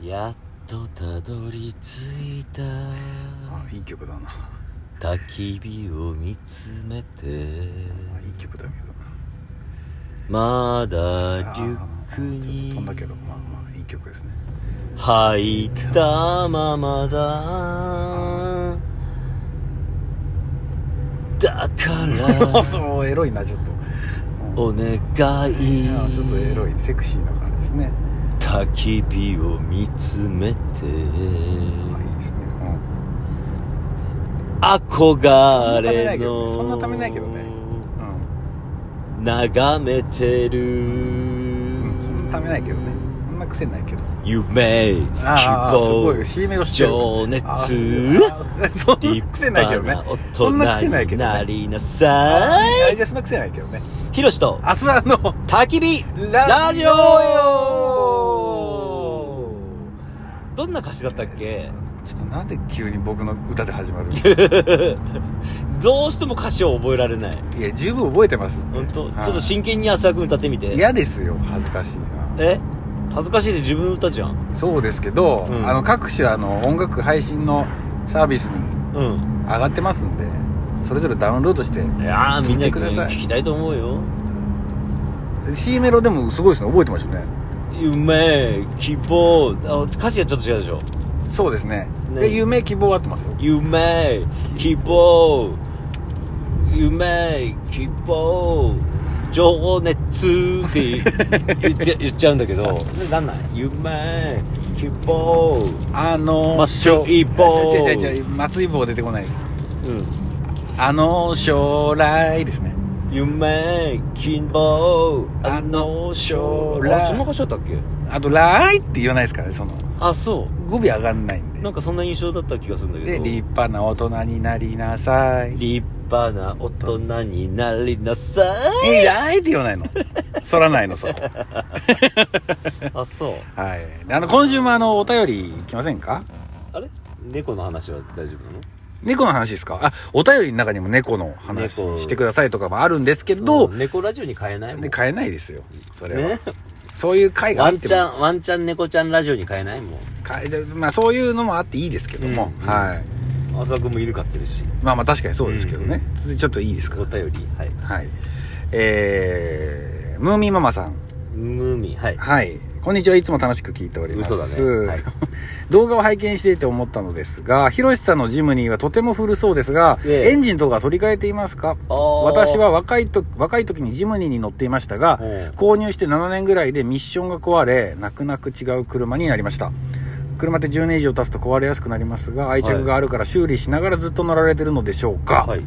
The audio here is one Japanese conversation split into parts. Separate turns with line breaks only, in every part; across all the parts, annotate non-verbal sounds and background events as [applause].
やっとたどり着いた
あいい曲だなあ
焚き火を見つめて
いい曲だけど
まだ
あ
リュック
ちょっと飛んだけ
に
どまあまあいい曲ですね
入ったままだだか
[laughs]
ら
そうエロいなちょっと、
お願
うん、
い
いやちょっとエロいセクシーな感じですね
焚き火を見つめて
まあいいですね、
憧れの
そんなためないけどねうん
眺めてる、
うんうん、そんなためないけどねそんな癖ないけど
夢希
ああすごい
望
CM をしてる
情熱
あー [laughs] すごいあーそんな癖ないけどね
立
そんな
派
癖
な
な
大人
いけ
に
ど
な
ね
りなさい
あじゃあそんな癖ないけどね
ひろしと
明日はあの [laughs]
焚き火ラ
ラ
ジ
ジ
オ
オ
よどんな歌詞だったっけ
ちょっとなんで急に僕の歌で始まるの [laughs]
どうしても歌詞を覚えられない
いや十分覚えてますって
本当、
はい
ちょっと真剣に浅く歌ってみて
嫌ですよ恥ずかしいな
え恥ずかしいで自分の歌じゃん
そうですけど、
うん
あの各種あの音楽配信のサービスに
うん
上がってますんでそれぞれダウンロードして
いやーみんな
聞いてください
聞きたいと思うよ
C メロでもすごいですね覚えてましたね
夢希望あ歌詞がちょっと違うでしょ
そうですね
ね
で夢希望合ってますよ
夢希望夢希望情熱 [laughs] って言って言っちゃうんだけどなんない夢希望
あの
松井棒
違う違う違う松井棒出てこないです
うん
あの将来ですね
夢希望あ
あ
の
の
将
将
来
来
あそんな歌詞だったっけ
あと「らーい」って言わないですからねその
あそ
語尾上がんないん
う
で
なんかそんな印象だった気がするんだけ
で
ど
立派な大人になりなさい
立派な大人になりなさ
「
い
えいやーい」って言わないのそらないのそう
あそう
はいであの今週もあのお便り来ませんか
あれ猫の話は大丈夫なの
猫の話ですかあお便りの中にも猫の話
猫
してくださいとかもあるんですけど、
ん猫ラジオに変えないもん
で買えないですよそれは、
ね
そういう会があ
ワ
っ
ン
て
チャ
も
ンワンチャン猫ちゃんラジオに変えないもん
かえまあそういうのもあっていいですけども、
うん
はい
浅田君もいるかってるし
まあまあ確かにそうですけどね、ちょっといいですか
お便りはい
はいえー、ムーミンママさん
ムーミンはい
はいこんにちはいつも楽しく聞いております
嘘だねはい
[laughs] 動画を拝見していて思ったのですがひろしさんのジムニーはとても古そうですが、
ええ
エンジンとか取り替えていますか
あー
私は若いと若い時にジムニーに乗っていましたが
うん
購入して7年ぐらいでミッションが壊れ泣く泣く違う車になりました車って10年以上経つと壊れやすくなりますが愛着があるから修理しながらずっと乗られてるのでしょうか、
はい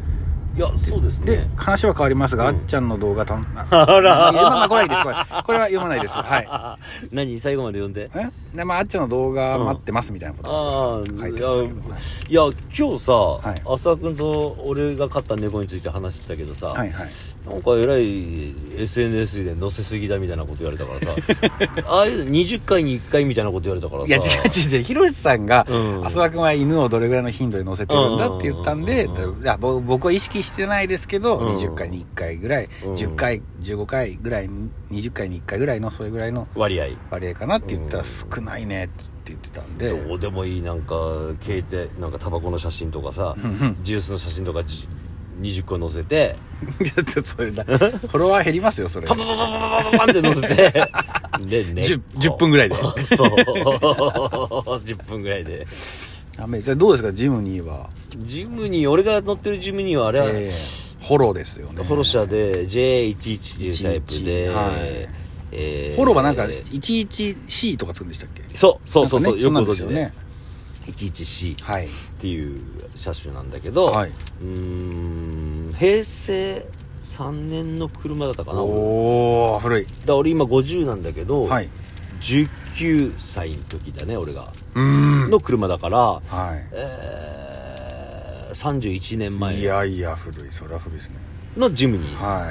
いやそうです
で、
ね
話は変わりますが、
うん
あっちゃんの動画たん、あ
あら
読まないです、これ。これは読まないです。はい。
あ [laughs] 何最後まで読んで
えで、まあ、あっちゃんの動画待ってますみたいなこと。
ああ
書い
い
て
や
ますけ
い
ど
や今日さ、
い
浅田君と俺が飼った猫について話してたけどさ、
はいはい。
なんかえらい SNS で載せすぎだみたいなこと言われたからさ
[laughs]
ああいう20回に1回みたいなこと言われたからさ
いや、違う違う違う。ひろしさんが、
うん
浅田君は犬をどれぐらいの頻度で乗せてるんだって言ったんで、
うんうんうんうん
いやぼ僕は意識してないですけど、
うん
20回に1回ぐらい、
うん
10回、15回ぐらい、20回に1回ぐらいの、それぐらいの
割合
割合かなって言ったら、少ないねって言ってたんで、 [laughs]
どうでもいいなんか携帯なんかタバコの写真とかさジュースの写真とかじ20個載せて
ちょっとそれだ。フォロワー減りますよ、それ。
パンパンパンパンパンパンパンって載せ
[laughs]
てでね
10 10分ぐらいで
そう [laughs] 10分ぐらいで
ダメじゃあどうですか、ジムニーは。
ジムに俺が乗ってるジムにはあれは、
えーフォローですよね。
ホロシャで J11 っていうタイプで、
11はい
えー
フォローはなんか、11C とかつくんでしたっけ
そうそうそうそう、
なんかね
よく
んなん
ご存
で
知
すよ
で
ね。
11C
はい。
っていう車種なんだけど、
はいう
ーん平成3年の車だったかな俺だか
おー、古い。
ら俺今50なんだけど、
はい。
19歳の時だね俺が
うーん。
の車だから、
は
えー31年
い。い
前
やいや、古い。それは古いですね。
のジムニー
は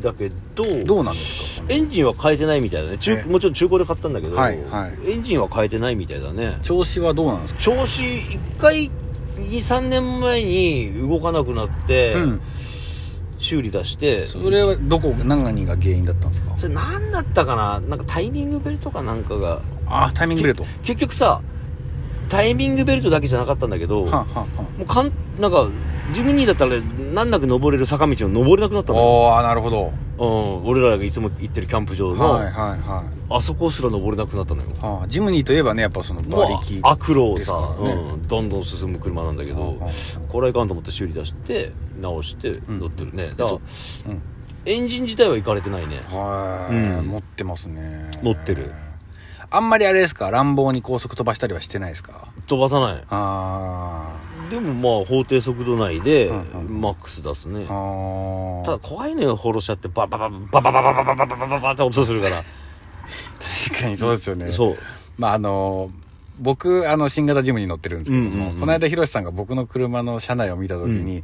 だけ
い。
ど
どうなんですか
エンジンは変えてないみたいだね中
え
もちろん中古で買ったんだけど、
はいはい
エンジンは変えてないみたいだね
調子はどうなんですか
調子1回23年前に動かなくなって、
うん。
修理出して
それはどこ、何が原因だったんですか
それ何だったかななんかタイミングベルとかなんかが
ああタイミングベルトは
け結局さタイミングベルトだけじゃなかったんだけど、
あ、はあは
もうかんなんかジムニーだったら難なく登れる坂道を登れなくなった
あ、
のよ、
おーあなるほど
うん、俺らがいつも行ってるキャンプ場の、
はいはいはい
あそこすら登れなくなったのよ
はあ、ジムニーといえばねやっぱその
もう
馬力
あ悪路をさ、
ですからね
うん、どんどん進む車なんだけど、
うんうん
これはいかんと思って修理出して直して
ん
乗ってるね、だから
うん
エンジン自体は行かれてないね
はい、
うん
持ってますね
持ってる
あんまりあれですか乱暴に高速飛ばしたりはしてないですか
飛ばさない
あ
でもまあ法定速度内で
うんうん
マックス出すね、
ーあー
ただ怖いのよ、放浪車って、ババババババババババババババって音するから。
確かにそうですよね
そう。
まああの僕あの新型ジムに乗ってるんですけども、
うんうんうん
この間ひろしさんが僕の車の車内を見た時に、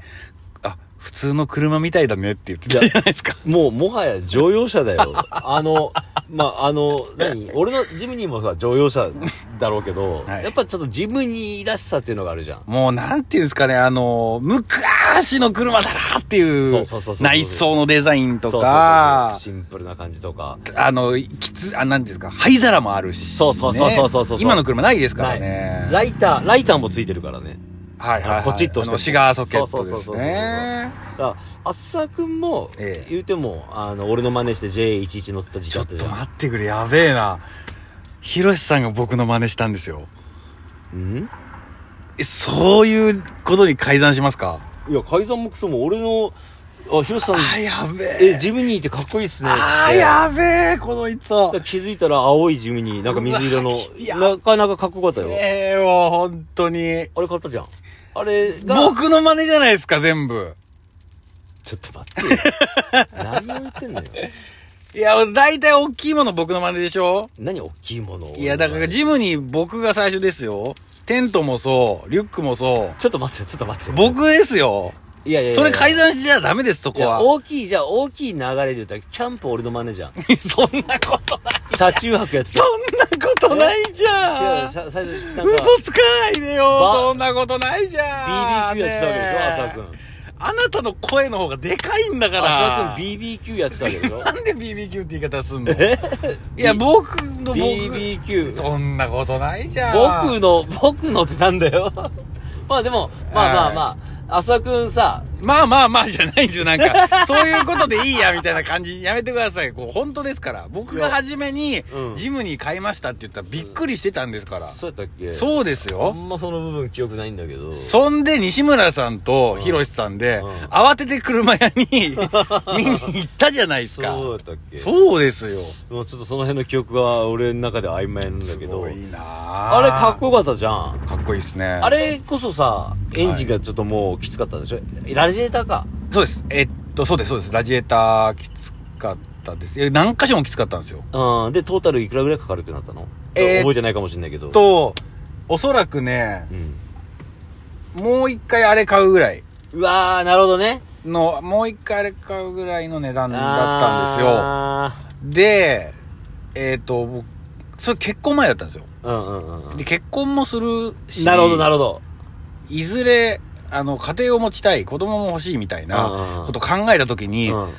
あ普通の車みたいだねって言ってたじゃないですか
もう、もはや乗用車だよ。あの、まあ、あの、何俺のジムニーもさ、乗用車だろうけど、
はい
やっぱちょっとジムニーらしさっていうのがあるじゃん。
もうなんていうんですかねあの昔の車だなってい
そう
う
そうそうそう
内装のデザインと
そうそうそう
か
シンプルな感じとか。
あの、きつ、あ、なんていうんですか、灰皿もあるし、
そうそうそうそうそうそう
ね今の車ないですから
な
ね
い。ライター、ライターもついてるからね。
はいはい、はい。
ポチッと押して
あのシガーソケットです
そうそうそうそうそう
ね。
だから、あっさくんも
ええ、
言うても、あの、俺の真似して J11 乗ってた時期
ち
あ
ょ
っ
ったと
じゃん。
待ってくれ、やべえな。ひろしさんが僕の真似したんですよ。
うん
えそういうことに改ざんしますか
いや、改ざんもクソも俺の、あ、ヒロシさん、
あ、やべえ。
え、ジムニーってかっこいいっすね。
あ
っ
ー、
て
やべえ、このいつ
だから気づいたら青い地味に、なんか水色
う
の
わ [laughs] きつい、や
なかなかかっこよかったよ。
ええもう本当に。
あれ買ったじゃん。あれが、
僕の真似じゃないですか、全部。
ちょっと待ってよ。 [laughs] 何を言ってんのよ。
いや、大体大きいもの僕の真似でしょ
何大きいものを
いや、だから
ち
ジムに僕が最初ですよ。テントもそう、リュックもそう。
ょっと待ってよ、ちょっと待ってよ。
僕ですよ。
いやいやいや
それ改
い
ざんしちゃダメです、そこ
や
は。
大きい、じゃあ大きい流れで言ったら、キャンプ俺の真似じゃ [laughs]
[laughs]
ん。
そんなことない。
車中泊やって
そ
た。
んなことないじ
違
ゃ。
うんさ最初、なんか、
嘘つかないでよ。
ば
そんなことないじ
BBQ やっ
ゃん。
てたわけでしょ、浅く
ね
ん
え。あなたの声の方がでかいんだから。
浅くん BBQ やってたわけでしょ。
なんで BBQ って言い方すんのいや、僕の僕。
BBQ。
そんなことないじゃん。
僕の僕のってなんだよ [laughs] まあでもまあまあまあ浅くんさ
まあまあまあじゃないんですよ。なんか、 [laughs] そういうことでいいや、みたいな感じやめてください。こう、本当ですから。僕が初めに
うん、
ジムに買いましたって言ったらびっくりしてたんですから。
そうやったっけう
そうです
あ
よ。
んまその部分記憶ないんだけど
そんで、西村さんと、ひろしさんで、
うん
慌てて車屋に、 [laughs] 見に行ったじゃないですか。
そうやったっけ
そうですよ。
もうちょっとその辺の記憶が俺の中で曖昧なんだけ
す
ど
ごいな
あ
あ
れかっこよかったじゃん
かっこいいですね。
あれこそさエンジンがちょっともうきつかったでしょ、ラジエーターか
そうです。えっと、そうです、そうです。ラジエーターきつかったです。いや何箇所もきつかったんですよ。
うんでトータルいくらぐらいかかるってなったの、
えー
覚えてないかもしれないけど
と、おそらくね
う、ん、
もう一回あれ買うぐらいう
わーなるほどね
の、もう一回あれ買うぐらいの値段だった
んで
んですよ。で、えっ、と、僕それ結婚前だったんですよ。
すようんうんうん
で、結婚もする
うん
し、
なるほどなるほど
いずれ、あの、家庭を持ちたい、子供も欲しいみたいなことを考えたときに、
うん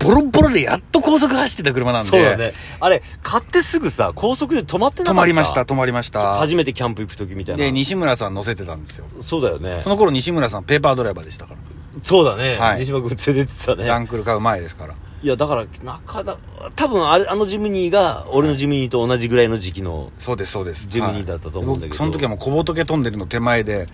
ボロボロでやっと高速走ってた車なんで、
そうだね。あれ、買ってすぐさ、高速で止まってなか
止
った
まりました、。止まりました。
初めてキャンプ行く時みたいな。
で、西村さん乗せてたんですよ。
そうだよね
そ。の頃西村さんペーパードライバーでしたから。
そうだね。
はい
西村君連れてってた
ラ
ね。
ンクル買う前ですから。
いや、だから、なかなか、多分あれ、あのジムニーが、俺のジムニーと同じぐらいの時期の、
そうですそうです
ジムニーだったと思うんだけど
僕その時はもう小仏トンネルの手前で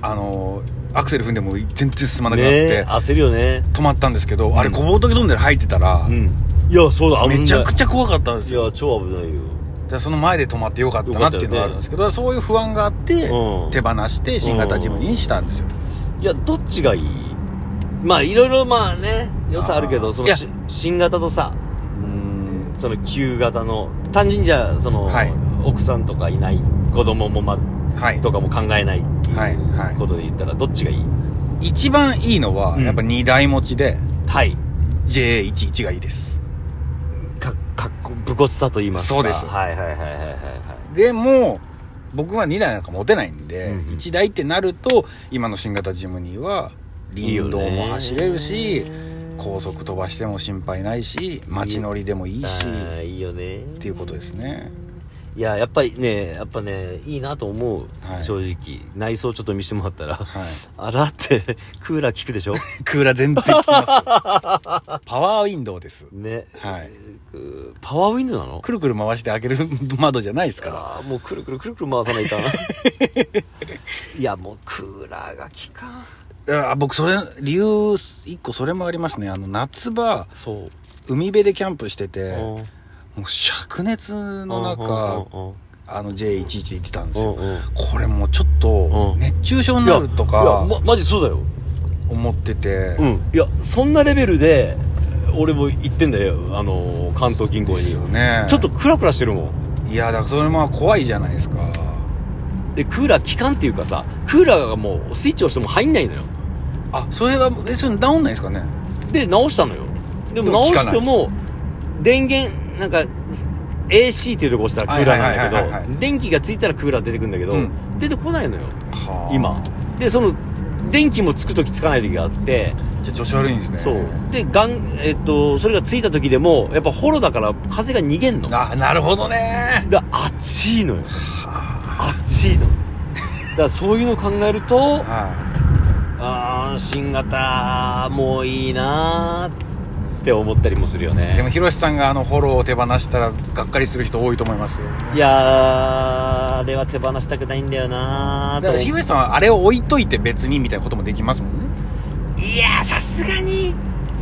あのーアクセル踏んでも全然進まなくなっ
ね
て、
焦るよね。
止まったんですけど、あれ
うん
小仏トンネル入ってたら、
うん。いや、そうだ、危ない。
めちゃくちゃ怖かったんです
い
よ
や、超危ないよ。
でその前で止まってよかったなっていうのがあるんですけど、そういう不安があって、
うん
手放して新型ジムニーにしたんですよ、
いや、どっちがいいまあ、いろいろ、まあね、良さあるけ
あ
ど、
ー
そ
い
の
や
し、新型とさ、
うん
その旧型の単純にじゃあその、
はい
奥さんとかいない子供もま
はい
とかも考えないっていう
はいはい
ことで言ったらどっちがいい
一番いいのは、
うん
やっぱ2台持ちで
はい
JA11 がいいです
かかっこ武骨さと言いますか
そうです
はいはいはいはいはいは
でも僕は2台なんか持てないんで、
うん
1台ってなると今の新型ジムニーはい
いいよ
林
ね
道も走れるし高速飛ばしても心配ないし街乗りでもいいし
あーいいよね
っていうことですね [laughs]
いややっぱりねやっぱねいいなと思う、
はい
正直内装ちょっと見せてもらったら、
はい
あらってクーラー効くでしょ
クーラー全然効き
[laughs]
ますパワーウィンドウです
ね、
はい
くパワーウィンドウなの
くるくる回して開ける窓じゃないですから
あーもうくるくるくるくる回さない
[laughs]
かんいやもうクーラーが効かん
あー僕それ理由一個それもありますねあの夏場
そう、
海辺でキャンプしてて
うん
もう灼熱の中
うん
あの J11 で行ってたんです
うん
よ
うんうんうん
これもうちょっと
うん
熱中症になると
いや
か
ま、マジそうだよ
思ってて
うんいやそんなレベルで俺も行ってんだよあのー関東近郊に
ね
ちょっとクラクラしてるもん
いやだからそれも怖いじゃないですか
でクーラー効かんっていうかさクーラーがもうスイッチ押しても入んないのよ
あそれはえそれ治んないですかね
で直したのよで
でも
も
効
直
か
し
ない
ても電源なんか AC っていうとこ押したらクーラーなん
はいはいはい
だ
はい
け
は
ど電気がついたらクーラー出てくるんだけど、
うん
出てこないのよ
はあ
今でその電気もつく時つかない時があって
じゃあ調子悪いんですね
そうでがん、えっとそれがついた時でもやっぱホロだから風が逃げんのだか
あなるほどね
ら暑いのよ暑いのだからそういうの考えると
は
あー新型もういいなーって思ったりもするよ
いでも
ね
ひろしさんがあのフォローを手放したらがっかりする人多いと思いますよ
いやーあれは手放したくないんだよな
だ
ー
からひ
と
ろしさんはあれを置いといて別にみたいなこともできますもんね
いやーさすがに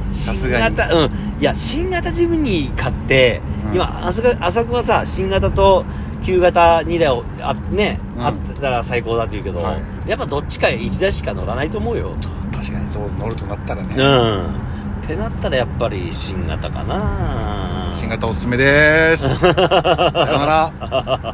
さす
新
がに
型うんいや新型ジムニー買って、
うん
今浅く浅くはさ新型と旧型2台をあ,、ね
うん
あったら最高だって言うけど、
は
やっぱどっちか1台しか乗らないと思うよ
確かにそう乗るとなったらね
うんってなったらやっぱり新型かな
[laughs] 新型おすすめですさよなら